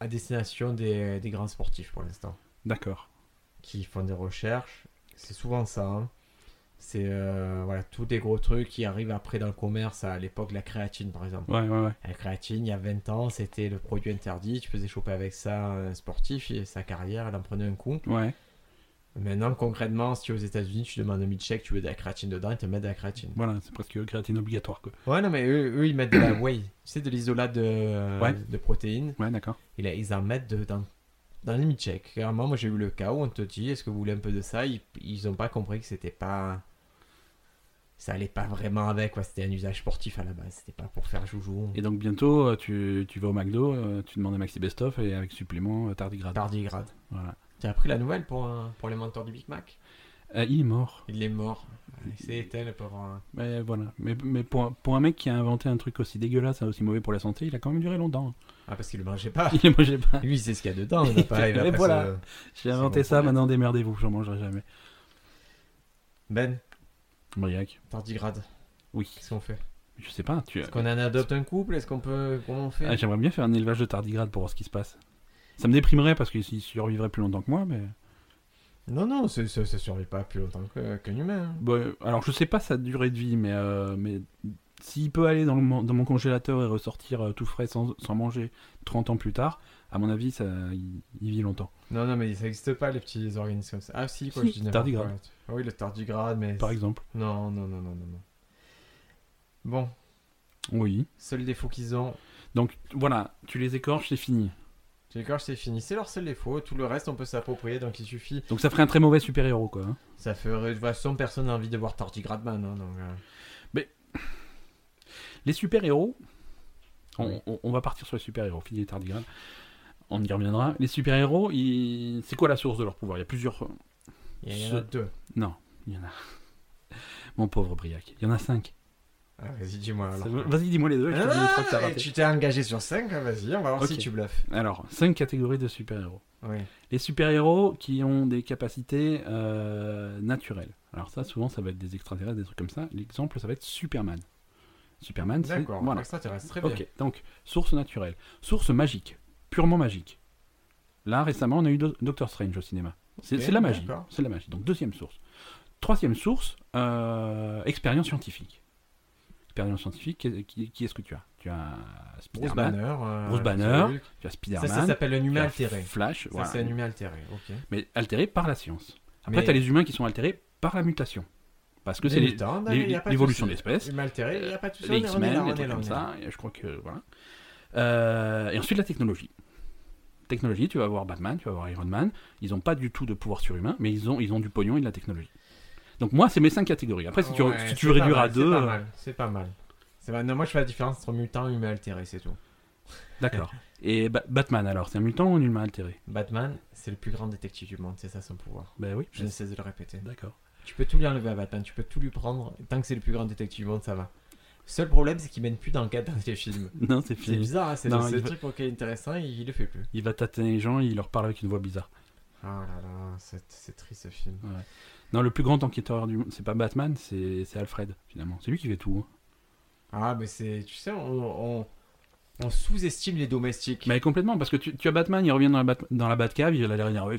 [SPEAKER 1] à destination des, des grands sportifs pour l'instant,
[SPEAKER 2] D'accord.
[SPEAKER 1] qui font des recherches. C'est souvent ça. hein. C'est euh, voilà, tous des gros trucs qui arrivent après dans le commerce, à l'époque la créatine par exemple.
[SPEAKER 2] Ouais, ouais, ouais.
[SPEAKER 1] La créatine, il y a 20 ans, c'était le produit interdit. Tu faisais choper avec ça un sportif et sa carrière, elle en prenait un coup.
[SPEAKER 2] Ouais,
[SPEAKER 1] Maintenant, concrètement, si tu es aux États-Unis, tu demandes un milkshake, tu veux de la créatine dedans, ils te mettent de la créatine.
[SPEAKER 2] voilà, c'est presque créatine obligatoire, quoi.
[SPEAKER 1] Ouais, non, mais eux, eux, ils mettent de la whey. Tu sais, de l'isolat de,
[SPEAKER 2] Ouais.
[SPEAKER 1] de protéines.
[SPEAKER 2] Ouais, d'accord.
[SPEAKER 1] Et là, ils en mettent de- dans, dans les milkshakes. Clairement, moi, j'ai eu le cas où on te dit est-ce que vous voulez un peu de ça Ils ils ont pas compris que c'était pas. Ça allait pas vraiment avec, quoi. C'était un usage sportif à la base. C'était pas pour faire joujou.
[SPEAKER 2] Et donc bientôt, euh, tu, tu vas au McDo, euh, tu demandes un maxi best-of et avec supplément euh, tardigrade.
[SPEAKER 1] Tardigrade.
[SPEAKER 2] Voilà.
[SPEAKER 1] T'as appris la nouvelle pour, euh, pour les mentors du Big Mac
[SPEAKER 2] Euh, il est mort.
[SPEAKER 1] Il est mort. Il s'est éteint, le pauvre. hein.
[SPEAKER 2] Mais voilà. Mais, mais pour, un- pour un mec qui a inventé un truc aussi dégueulasse, hein, aussi mauvais pour la santé, il a quand même duré longtemps. hein.
[SPEAKER 1] Ah, parce qu'il le mangeait pas.
[SPEAKER 2] Il les mangeait pas.
[SPEAKER 1] Lui, il sait ce qu'il y a dedans. Il va pas, il va
[SPEAKER 2] Et
[SPEAKER 1] pas
[SPEAKER 2] voilà.
[SPEAKER 1] se-
[SPEAKER 2] J'ai
[SPEAKER 1] C'est
[SPEAKER 2] inventé
[SPEAKER 1] mon
[SPEAKER 2] ça,
[SPEAKER 1] problème.
[SPEAKER 2] maintenant démerdez-vous, j'en mangerai jamais.
[SPEAKER 1] Ben,
[SPEAKER 2] Briac.
[SPEAKER 1] tardigrade.
[SPEAKER 2] Oui.
[SPEAKER 1] Qu'est-ce qu'on fait
[SPEAKER 2] Je sais pas, tu.
[SPEAKER 1] Est-ce qu'on en adopte un couple Est-ce qu'on peut. Comment on fait
[SPEAKER 2] Ah, J'aimerais bien faire un élevage de tardigrades pour voir ce qui se passe. Ça me déprimerait parce qu'ils survivraient plus longtemps que moi, mais.
[SPEAKER 1] Non, non, c'est- ça, ça survit pas plus longtemps que- qu'un humain. hein.
[SPEAKER 2] Bon, euh, alors je sais pas sa durée de vie, mais, euh, mais s'il peut aller dans, le mon- dans mon congélateur et ressortir euh, tout frais sans, sans manger 30 ans plus tard, à mon avis, ça, il, il vit longtemps.
[SPEAKER 1] Non, non, mais ça n'existe pas, les petits organismes comme ça. Ah, si, quoi,
[SPEAKER 2] Si,
[SPEAKER 1] je dis n'importe
[SPEAKER 2] tardigrade.
[SPEAKER 1] quoi. Ah oui, le tardigrade, mais.
[SPEAKER 2] Par exemple.
[SPEAKER 1] Non, non, non, non, non. non. Bon,
[SPEAKER 2] Oui.
[SPEAKER 1] seul défaut qu'ils ont.
[SPEAKER 2] Donc voilà, tu les écorches, c'est fini.
[SPEAKER 1] Tu l'écorches, c'est fini. C'est leur seul défaut. Tout le reste, on peut s'approprier, donc il suffit.
[SPEAKER 2] Donc ça ferait un très mauvais super-héros, quoi. hein.
[SPEAKER 1] Ça ferait. De toute façon, personne n'a envie de voir Tardigrade Man, hein, donc. euh,
[SPEAKER 2] Les super-héros, on,
[SPEAKER 1] Oui.
[SPEAKER 2] on- on va partir sur les super-héros, fini les tardigrades. On y reviendra. Les super-héros, ils- c'est quoi la source de leur pouvoir Il y a plusieurs.
[SPEAKER 1] Il y en a
[SPEAKER 2] Ce-
[SPEAKER 1] deux.
[SPEAKER 2] Non, il y en a. Mon pauvre Briac, il y en a 5.
[SPEAKER 1] Ah, vas-y, dis-moi alors.
[SPEAKER 2] Vas-y, dis-moi les deux. je te dis les trois que t'as
[SPEAKER 1] Ah,
[SPEAKER 2] ratés.
[SPEAKER 1] tu t'es engagé sur 5, vas-y, on va voir
[SPEAKER 2] Ok.
[SPEAKER 1] si tu bluffes.
[SPEAKER 2] Alors, cinq catégories de super-héros.
[SPEAKER 1] Oui.
[SPEAKER 2] Les super-héros qui ont des capacités euh, naturelles. Alors ça, souvent, ça va être des extraterrestres, des trucs comme ça. L'exemple, ça va être Superman. Superman, c'est...
[SPEAKER 1] D'accord,
[SPEAKER 2] Voilà.
[SPEAKER 1] extraterrestre, très bien.
[SPEAKER 2] Ok, donc, source naturelle. Source magique, purement magique. Là, récemment, on a eu Do- Doctor Strange au cinéma. C'est
[SPEAKER 1] Ok,
[SPEAKER 2] c'est de la magie.
[SPEAKER 1] d'accord.
[SPEAKER 2] C'est de la magie. Donc, deuxième source. Troisième source, euh, expérience scientifique. Expérience scientifique, qui, qui- qui est-ce que tu as Tu as
[SPEAKER 1] Bruce
[SPEAKER 2] Spider-Man,
[SPEAKER 1] Banner. euh,
[SPEAKER 2] Bruce Banner,
[SPEAKER 1] Hulk.
[SPEAKER 2] tu as
[SPEAKER 1] Ça, ça
[SPEAKER 2] Spider-Man,
[SPEAKER 1] s'appelle un humain
[SPEAKER 2] La
[SPEAKER 1] altéré.
[SPEAKER 2] Flash,
[SPEAKER 1] Ça,
[SPEAKER 2] voilà.
[SPEAKER 1] c'est un humain altéré, ok.
[SPEAKER 2] mais altéré par la science. Après,
[SPEAKER 1] Mais-
[SPEAKER 2] tu as les humains qui sont altérés par la mutation. Parce que
[SPEAKER 1] Les
[SPEAKER 2] c'est les-
[SPEAKER 1] mutants, non,
[SPEAKER 2] les-
[SPEAKER 1] mais bah, y a pas de
[SPEAKER 2] l'évolution de
[SPEAKER 1] souci.
[SPEAKER 2] l'espèce,
[SPEAKER 1] Humain altéré, il n'y a pas de souci. on
[SPEAKER 2] les
[SPEAKER 1] est- on est là,
[SPEAKER 2] X-Men,
[SPEAKER 1] on
[SPEAKER 2] les
[SPEAKER 1] est
[SPEAKER 2] trucs
[SPEAKER 1] là, on
[SPEAKER 2] comme
[SPEAKER 1] est là.
[SPEAKER 2] ça. et Je crois que voilà. Euh, et ensuite la technologie. Technologie, tu vas voir Batman, tu vas voir Iron Man. Ils n'ont pas du tout de pouvoir surhumain, mais ils ont, ils ont du pognon et de la technologie. Donc moi, c'est mes cinq catégories. Après, si tu,
[SPEAKER 1] Ouais,
[SPEAKER 2] si tu
[SPEAKER 1] c'est
[SPEAKER 2] veux
[SPEAKER 1] pas
[SPEAKER 2] réduire
[SPEAKER 1] mal,
[SPEAKER 2] à deux,
[SPEAKER 1] C'est pas mal, c'est pas
[SPEAKER 2] euh,
[SPEAKER 1] mal. C'est pas- Non, moi, je fais la différence entre mutant et humain altéré, c'est tout.
[SPEAKER 2] d'accord. Et Ba- Batman, alors, c'est un mutant ou un humain altéré
[SPEAKER 1] Batman, c'est le plus grand détective du monde, c'est ça son pouvoir.
[SPEAKER 2] Ben oui,
[SPEAKER 1] Je ne cesse de le répéter.
[SPEAKER 2] d'accord.
[SPEAKER 1] Tu peux tout lui enlever à Batman, tu peux tout lui prendre. Tant que c'est le plus grand détective du monde, ça va. Seul problème, c'est qu'il mène plus d'enquête dans les films.
[SPEAKER 2] Non, c'est
[SPEAKER 1] C'est
[SPEAKER 2] fini.
[SPEAKER 1] bizarre, hein, c'est
[SPEAKER 2] Non,
[SPEAKER 1] c'est
[SPEAKER 2] il
[SPEAKER 1] le
[SPEAKER 2] va-
[SPEAKER 1] truc auquel il est intéressant, il, il le fait plus.
[SPEAKER 2] Il va tâtonner les gens, il leur parle avec une voix bizarre.
[SPEAKER 1] Ah là là, c'est c'est triste ce film.
[SPEAKER 2] Non, le plus grand enquêteur du monde, c'est pas Batman, c'est c'est Alfred, finalement. C'est lui qui fait tout. hein.
[SPEAKER 1] Ah, mais c'est. Tu sais, on, on, on sous-estime les domestiques.
[SPEAKER 2] Mais complètement, parce que tu, tu as Batman, il revient dans la, Bat- dans la Batcave, il oh a l'air énervé.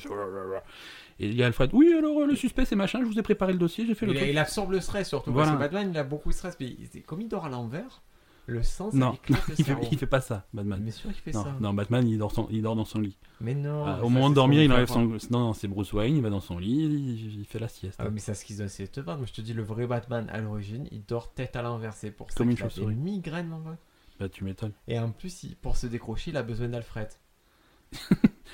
[SPEAKER 2] Et il y a Alfred, oui, alors euh, le suspect, c'est machin, je vous ai préparé le dossier, j'ai fait le
[SPEAKER 1] il,
[SPEAKER 2] truc.
[SPEAKER 1] il absorbe le stress surtout.
[SPEAKER 2] Voilà.
[SPEAKER 1] Parce que Batman, il a beaucoup de stress. Mais il- comme il dort à l'envers, le sang, ça
[SPEAKER 2] Non,
[SPEAKER 1] éclate le
[SPEAKER 2] il fait,
[SPEAKER 1] cerveau.
[SPEAKER 2] il fait pas ça, Batman.
[SPEAKER 1] Mais sûr, il fait
[SPEAKER 2] Non,
[SPEAKER 1] ça.
[SPEAKER 2] non, Batman, il dort, son- il dort dans son lit.
[SPEAKER 1] Mais non.
[SPEAKER 2] Ah,
[SPEAKER 1] mais
[SPEAKER 2] au
[SPEAKER 1] ça,
[SPEAKER 2] moment
[SPEAKER 1] c'est
[SPEAKER 2] de
[SPEAKER 1] ce qu'on
[SPEAKER 2] dormir, il
[SPEAKER 1] fait
[SPEAKER 2] enlève son.
[SPEAKER 1] apprendre.
[SPEAKER 2] Non, non, c'est Bruce Wayne, il va dans son lit, il, il fait la sieste.
[SPEAKER 1] Ah, mais ça, ce qu'ils ont essayé de te vendre. Mais je te dis, le vrai Batman à l'origine, il dort tête à l'envers. C'est pour ça
[SPEAKER 2] Comme une
[SPEAKER 1] qu'il a des
[SPEAKER 2] chauve-souris.
[SPEAKER 1] migraines, mon gars.
[SPEAKER 2] Bah, tu m'étonnes.
[SPEAKER 1] Et en plus, il- pour se décrocher, il a besoin d'Alfred.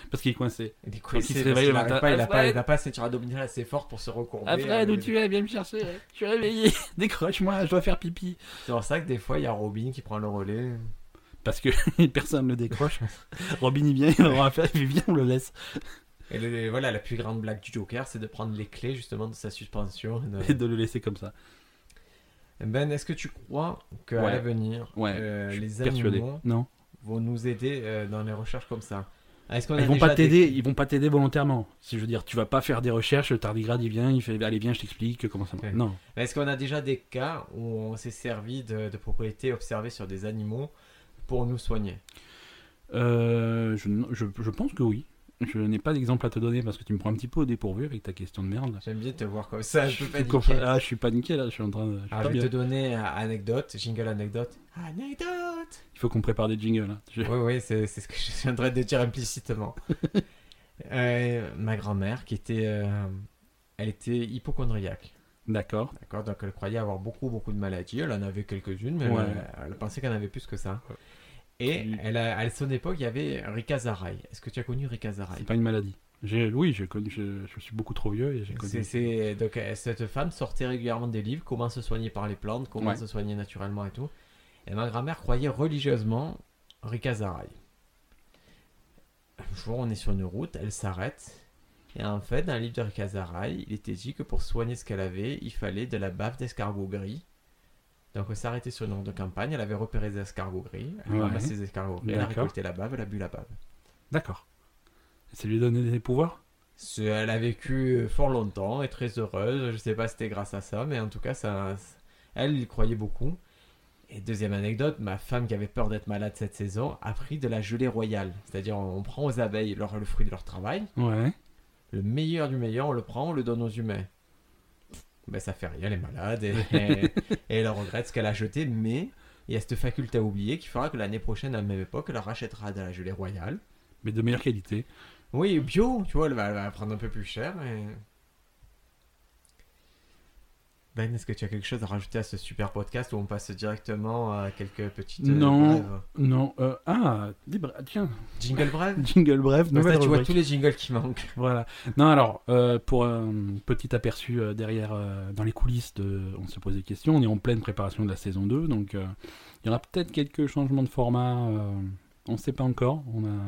[SPEAKER 2] Parce qu'il est coincé.
[SPEAKER 1] Et des
[SPEAKER 2] il se
[SPEAKER 1] coincés, parce
[SPEAKER 2] réveille
[SPEAKER 1] qu'il
[SPEAKER 2] le
[SPEAKER 1] n'arrive
[SPEAKER 2] matin,
[SPEAKER 1] pas, il a pas,
[SPEAKER 2] Alfred
[SPEAKER 1] il a pas cette abdominale assez fort pour se recourber.
[SPEAKER 2] Alfred,
[SPEAKER 1] euh,
[SPEAKER 2] où tu es Viens me chercher. Je suis réveillé. Décroche-moi, je dois faire pipi.
[SPEAKER 1] C'est pour ça que des fois, il y a Robin qui prend le relais.
[SPEAKER 2] Parce que personne ne le décroche. Robin y vient, il va avoir affaire, il vient, on le laisse.
[SPEAKER 1] Et le- le- voilà, la plus grande blague du Joker, c'est de prendre les clés justement de sa suspension. et de-
[SPEAKER 2] Et de le laisser comme ça.
[SPEAKER 1] Ben, est-ce que tu crois qu'à
[SPEAKER 2] Ouais.
[SPEAKER 1] l'avenir,
[SPEAKER 2] Ouais,
[SPEAKER 1] euh,
[SPEAKER 2] je suis
[SPEAKER 1] les
[SPEAKER 2] persuadé.
[SPEAKER 1] animaux
[SPEAKER 2] Non.
[SPEAKER 1] vont nous aider euh, dans les recherches comme ça Est-ce qu'on a
[SPEAKER 2] Ils vont
[SPEAKER 1] déjà
[SPEAKER 2] pas
[SPEAKER 1] des-
[SPEAKER 2] t'aider, ils vont pas t'aider volontairement. Si je veux dire, tu vas pas faire des recherches, le tardigrade il vient, il fait allez viens, je t'explique comment ça marche.
[SPEAKER 1] Ouais.
[SPEAKER 2] Non.
[SPEAKER 1] Est-ce qu'on a déjà des cas où on s'est servi de, de propriétés observées sur des animaux pour nous soigner
[SPEAKER 2] Euh, je, je, je pense que oui. Je n'ai pas d'exemple à te donner parce que tu me prends un petit peu au dépourvu avec ta question de merde.
[SPEAKER 1] J'aime bien te voir comme ça, je
[SPEAKER 2] suis
[SPEAKER 1] peux pas
[SPEAKER 2] conf- Ah, je suis paniqué là, je suis en train de. je suis
[SPEAKER 1] Ah,
[SPEAKER 2] pas
[SPEAKER 1] je vais
[SPEAKER 2] bien.
[SPEAKER 1] te donner euh, anecdote, jingle anecdote. Anecdote
[SPEAKER 2] Il faut qu'on prépare des jingles. hein. Je-
[SPEAKER 1] Oui, oui, c'est c'est ce que je suis en train de dire implicitement. Euh, ma grand-mère, qui était. euh, elle était hypochondriaque,
[SPEAKER 2] D'accord.
[SPEAKER 1] d'accord Donc elle croyait avoir beaucoup, beaucoup de maladies. Elle en avait quelques-unes, mais elle-
[SPEAKER 2] Ouais.
[SPEAKER 1] elle, pensait qu'elle en avait plus que ça.
[SPEAKER 2] Ouais.
[SPEAKER 1] Et
[SPEAKER 2] Oui.
[SPEAKER 1] elle a- à son époque, il y avait Rika Zaraï. Est-ce que tu as connu Rika Zaraï
[SPEAKER 2] C'est pas une maladie. J'ai- Oui, j'ai connu. Je, je suis beaucoup trop vieux et j'ai
[SPEAKER 1] C'est-
[SPEAKER 2] connu.
[SPEAKER 1] c'est- donc, euh, cette femme sortait régulièrement des livres, comment se soigner par les plantes, comment
[SPEAKER 2] Ouais.
[SPEAKER 1] se soigner naturellement et tout. Et ma grand-mère croyait religieusement Rika Zaraï. Un jour, on est sur une route, elle s'arrête. Et en fait, dans le livre de Rika Zaraï, il était dit que pour soigner ce qu'elle avait, il fallait de la bave d'escargot gris. Donc on s'est arrêté sur une route de campagne, elle avait repéré des escargots gris, elle
[SPEAKER 2] Ouais.
[SPEAKER 1] a ramassé des escargots gris, elle a
[SPEAKER 2] D'accord.
[SPEAKER 1] récolté la bave, elle a bu la bave.
[SPEAKER 2] D'accord. Ça lui donner des pouvoirs
[SPEAKER 1] Ce- Elle a vécu euh, fort longtemps et très heureuse. Je sais pas si c'était grâce à ça, mais en tout cas, ça, elle y croyait beaucoup. Et deuxième anecdote, ma femme qui avait peur d'être malade cette saison a pris de la gelée royale. C'est-à-dire, on on prend aux abeilles leur, le fruit de leur travail,
[SPEAKER 2] Ouais.
[SPEAKER 1] le meilleur du meilleur, on le prend, on le donne aux humains. Ben, ça fait rien, elle est malade et, et- et elle regrette ce qu'elle a jeté, mais il y a cette faculté à oublier qui fera que l'année prochaine, à la même époque, elle rachètera de la gelée royale.
[SPEAKER 2] Mais de meilleure qualité.
[SPEAKER 1] Oui, bio, tu vois, elle va, elle va prendre un peu plus cher. mais- Ben, est-ce que tu as quelque chose à rajouter à ce super podcast où on passe directement à quelques petites euh,
[SPEAKER 2] Non.
[SPEAKER 1] brèves
[SPEAKER 2] Non. euh, ah, libre. Tiens, Bah,
[SPEAKER 1] Jingle brève
[SPEAKER 2] jingle bref.
[SPEAKER 1] Comme ça,
[SPEAKER 2] Nouvelle
[SPEAKER 1] Bah, tu vois
[SPEAKER 2] rubrique.
[SPEAKER 1] tous les jingles qui manquent.
[SPEAKER 2] Voilà. Non, alors, euh, pour un petit aperçu euh, derrière, euh, dans les coulisses, de, on se pose des questions. On est en pleine préparation de la saison 2, donc euh, il y aura peut-être quelques changements de format. euh, on ne sait pas encore. On n'a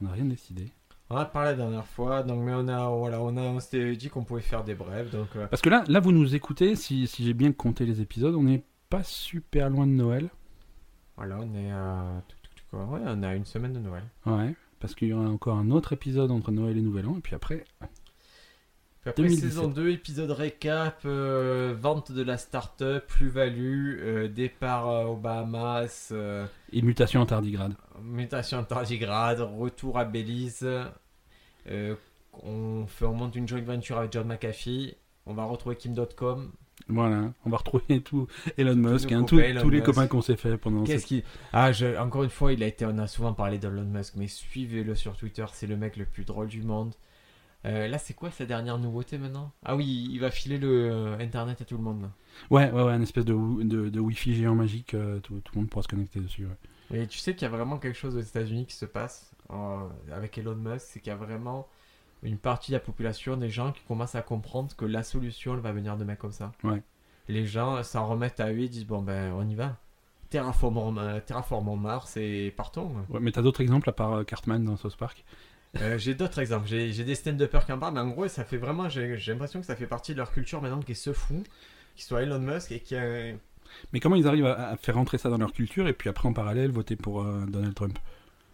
[SPEAKER 2] on a rien décidé.
[SPEAKER 1] On en a parlé la dernière fois, donc, mais on, a, voilà, on, a, on s'était dit qu'on pouvait faire des brèves. Donc, euh,
[SPEAKER 2] Parce que là, là vous nous écoutez, si, si j'ai bien compté les épisodes, on n'est pas super loin de Noël.
[SPEAKER 1] voilà, on est euh, à. Ouais, on a une semaine de Noël.
[SPEAKER 2] Ouais. Parce qu'il y aura encore un autre épisode entre Noël et Nouvel An, et puis après,
[SPEAKER 1] Puis après
[SPEAKER 2] 2017.
[SPEAKER 1] saison 2, épisode récap, euh, vente de la start-up, plus-value, euh, départ euh, aux Bahamas. euh,
[SPEAKER 2] et mutation en tardigrade.
[SPEAKER 1] Mutation en tardigrade, retour à Belize. euh, on, fait, on monte une joint venture avec John McAfee. On va retrouver Kim.com.
[SPEAKER 2] Voilà, on va retrouver tout Elon Musk,
[SPEAKER 1] nos
[SPEAKER 2] hein,
[SPEAKER 1] copains
[SPEAKER 2] tout-
[SPEAKER 1] Elon
[SPEAKER 2] tous les
[SPEAKER 1] Musk.
[SPEAKER 2] copains qu'on s'est fait pendant
[SPEAKER 1] Qu'est-ce qui. Ah, je- encore une fois, il a été, on a souvent parlé d'Elon Musk, mais suivez-le sur Twitter, c'est le mec le plus drôle du monde. Euh, là, c'est quoi sa dernière nouveauté maintenant Ah oui, il va filer le euh, internet à tout le monde. là.
[SPEAKER 2] Ouais, ouais, ouais, un espèce de, wi- de, de Wi-Fi géant magique, euh, tout, tout le monde pourra se connecter dessus. ouais.
[SPEAKER 1] Et tu sais qu'il y a vraiment quelque chose aux États-Unis qui se passe euh, avec Elon Musk, c'est qu'il y a vraiment une partie de la population, des gens qui commencent à comprendre que la solution, elle va venir de mecs comme ça.
[SPEAKER 2] Ouais.
[SPEAKER 1] Les gens euh, s'en remettent à eux, ils disent bon ben on y va. Terraformons, euh, terraformons Mars et partons.
[SPEAKER 2] Ouais, mais t'as d'autres exemples à part euh, Cartman dans South Park
[SPEAKER 1] Euh, j'ai d'autres exemples, j'ai j'ai des stand peur qui en parlent, mais en gros ça fait vraiment, j'ai j'ai l'impression que ça fait partie de leur culture maintenant qu'ils se font, qu'ils soient Elon Musk et qu'il y a...
[SPEAKER 2] Mais comment ils arrivent à, à faire rentrer ça dans leur culture et puis après en parallèle voter pour euh, Donald Trump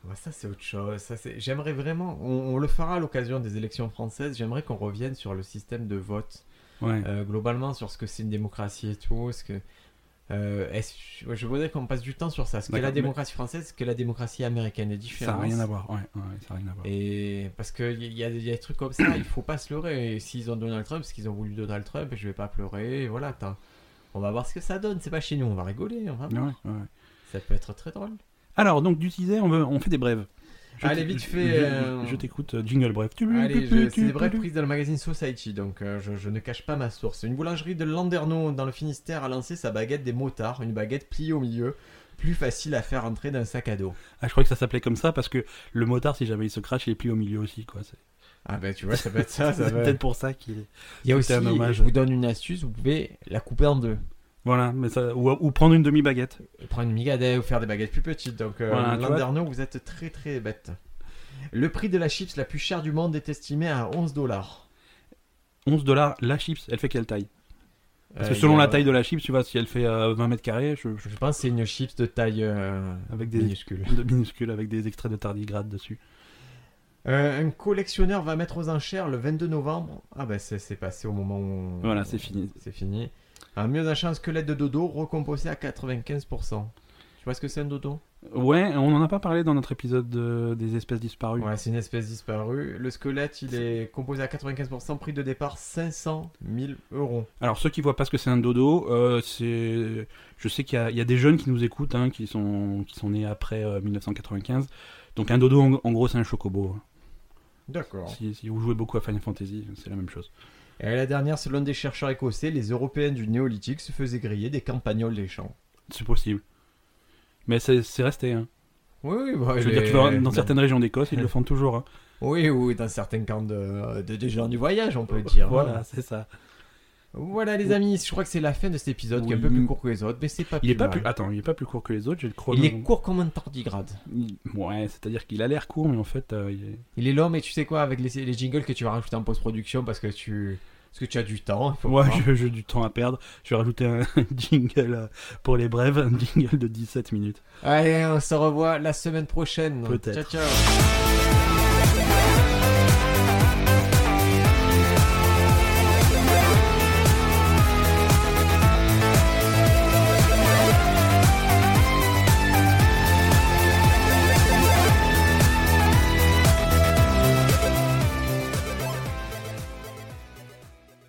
[SPEAKER 1] Ouais, ça c'est autre chose. Ça c'est. J'aimerais vraiment. On, on le fera à l'occasion des élections françaises. J'aimerais qu'on revienne sur le système de vote
[SPEAKER 2] Ouais.
[SPEAKER 1] euh, globalement, sur ce que c'est une démocratie et tout. Ce que. euh, est-ce- ouais, je voudrais qu'on passe du temps sur ça. Ce qu'est
[SPEAKER 2] D'accord,
[SPEAKER 1] la
[SPEAKER 2] mais-
[SPEAKER 1] démocratie française, ce qu'est la démocratie américaine, les
[SPEAKER 2] ça n'a
[SPEAKER 1] différences.
[SPEAKER 2] rien à voir. Ouais, ouais, ça a rien à voir.
[SPEAKER 1] Et parce qu'il y, a- y a des trucs comme ça, il faut pas se leurrer. Et S'ils ont Donald Trump, c'est qu'ils ont voulu Donald Trump, et je vais pas pleurer. et Voilà, t'as- on va voir ce que ça donne. C'est pas chez nous, on va rigoler. On va...
[SPEAKER 2] Ouais, ouais.
[SPEAKER 1] Ça peut être très drôle.
[SPEAKER 2] Alors, donc, du teaser, on, veut, on fait des brèves.
[SPEAKER 1] Allez,
[SPEAKER 2] t'ai-
[SPEAKER 1] vite
[SPEAKER 2] je-
[SPEAKER 1] fait,
[SPEAKER 2] Je,
[SPEAKER 1] euh,
[SPEAKER 2] je t'écoute, euh, jingle bref. Tu-
[SPEAKER 1] Allez,
[SPEAKER 2] tu- tu-
[SPEAKER 1] je-
[SPEAKER 2] tu-
[SPEAKER 1] c'est des
[SPEAKER 2] tu-
[SPEAKER 1] brèves
[SPEAKER 2] tu-
[SPEAKER 1] prises dans le magazine Society, donc euh, je, je ne cache pas ma source. Une boulangerie de Landerneau dans le Finistère a lancé sa baguette des motards, une baguette pliée au milieu, plus facile à faire entrer d'un sac à dos.
[SPEAKER 2] Ah, je crois que ça s'appelait comme ça parce que le motard, si jamais il se crache, il est plié au milieu aussi. quoi. C'est
[SPEAKER 1] Ah ben tu vois, ça peut être ça, ça
[SPEAKER 2] c'est
[SPEAKER 1] va.
[SPEAKER 2] peut-être pour ça qu'il est.
[SPEAKER 1] Il y a aussi,
[SPEAKER 2] un hommage.
[SPEAKER 1] je vous donne une astuce, vous pouvez la couper en deux.
[SPEAKER 2] Voilà, mais ça, ou, ou prendre une demi-baguette.
[SPEAKER 1] Prendre une migadet ou faire des baguettes plus petites. Donc, euh,
[SPEAKER 2] Voilà, tu vois.
[SPEAKER 1] Landerneau, vous êtes très très bête. Le prix de la chips la plus chère du monde est estimé à 11 dollars.
[SPEAKER 2] 11 dollars la chips, elle fait quelle taille Parce
[SPEAKER 1] Euh,
[SPEAKER 2] que selon la taille de la chips, tu vois, si elle fait euh, 20 mètres carrés, je- je-
[SPEAKER 1] Je pense que c'est une chips de taille euh,
[SPEAKER 2] avec des
[SPEAKER 1] minuscule.
[SPEAKER 2] de minuscules avec des extraits de tardigrades dessus.
[SPEAKER 1] Euh, un collectionneur va mettre aux enchères le 22 novembre. Ah bah c'est c'est passé au moment où...
[SPEAKER 2] Voilà, c'est fini.
[SPEAKER 1] C'est fini. Un mieux achat un squelette de dodo recomposé à 95%. Tu vois ce que c'est un dodo
[SPEAKER 2] Ouais, on n'en a pas parlé dans notre épisode de- des espèces disparues.
[SPEAKER 1] Ouais, c'est une espèce disparue. Le squelette, il est composé à 95%, prix de départ 500 000 euros.
[SPEAKER 2] Alors ceux qui voient pas ce que c'est un dodo, euh, c'est, je sais qu'il y a, il y a des jeunes qui nous écoutent, hein, qui sont qui sont nés après euh, 1995. Donc un dodo, en, en gros, c'est un chocobo. hein.
[SPEAKER 1] D'accord.
[SPEAKER 2] Si, si vous jouez beaucoup à Final Fantasy, c'est la même chose.
[SPEAKER 1] Et la dernière, c'est l'un des chercheurs écossais, les Européens du néolithique se faisaient griller des campagnols des champs.
[SPEAKER 2] C'est possible. Mais c'est, c'est resté. hein.
[SPEAKER 1] Oui, oui, bah,
[SPEAKER 2] Je veux
[SPEAKER 1] les-
[SPEAKER 2] dire, tu vas dans
[SPEAKER 1] dans-
[SPEAKER 2] certaines régions d'Écosse, ils le font toujours. hein.
[SPEAKER 1] Oui, oui, dans certains camps de, de, de gens du voyage, on peut dire.
[SPEAKER 2] Euh,
[SPEAKER 1] hein.
[SPEAKER 2] Voilà, c'est ça.
[SPEAKER 1] Voilà, les amis, je crois que c'est la fin de cet épisode qui est un
[SPEAKER 2] Oui.
[SPEAKER 1] peu plus court que les autres, mais c'est pas
[SPEAKER 2] Il est pas
[SPEAKER 1] mal.
[SPEAKER 2] plus. Ah, Attends, il est pas plus court que les autres. J'ai le chrono.
[SPEAKER 1] Il est court comme un tardigrade.
[SPEAKER 2] Il- Ouais, c'est-à-dire qu'il a l'air court, mais en fait, euh, il est-
[SPEAKER 1] Il est long, mais tu sais quoi, avec les, les jingles que tu vas rajouter en post-production parce que tu, parce que tu as du temps. il faut
[SPEAKER 2] ouais,
[SPEAKER 1] croire.
[SPEAKER 2] je- j'ai du temps à perdre. Je vais rajouter un jingle euh, pour les brèves, un jingle de 17 minutes.
[SPEAKER 1] Allez, on se revoit la semaine prochaine.
[SPEAKER 2] Peut-être.
[SPEAKER 1] Ciao, ciao.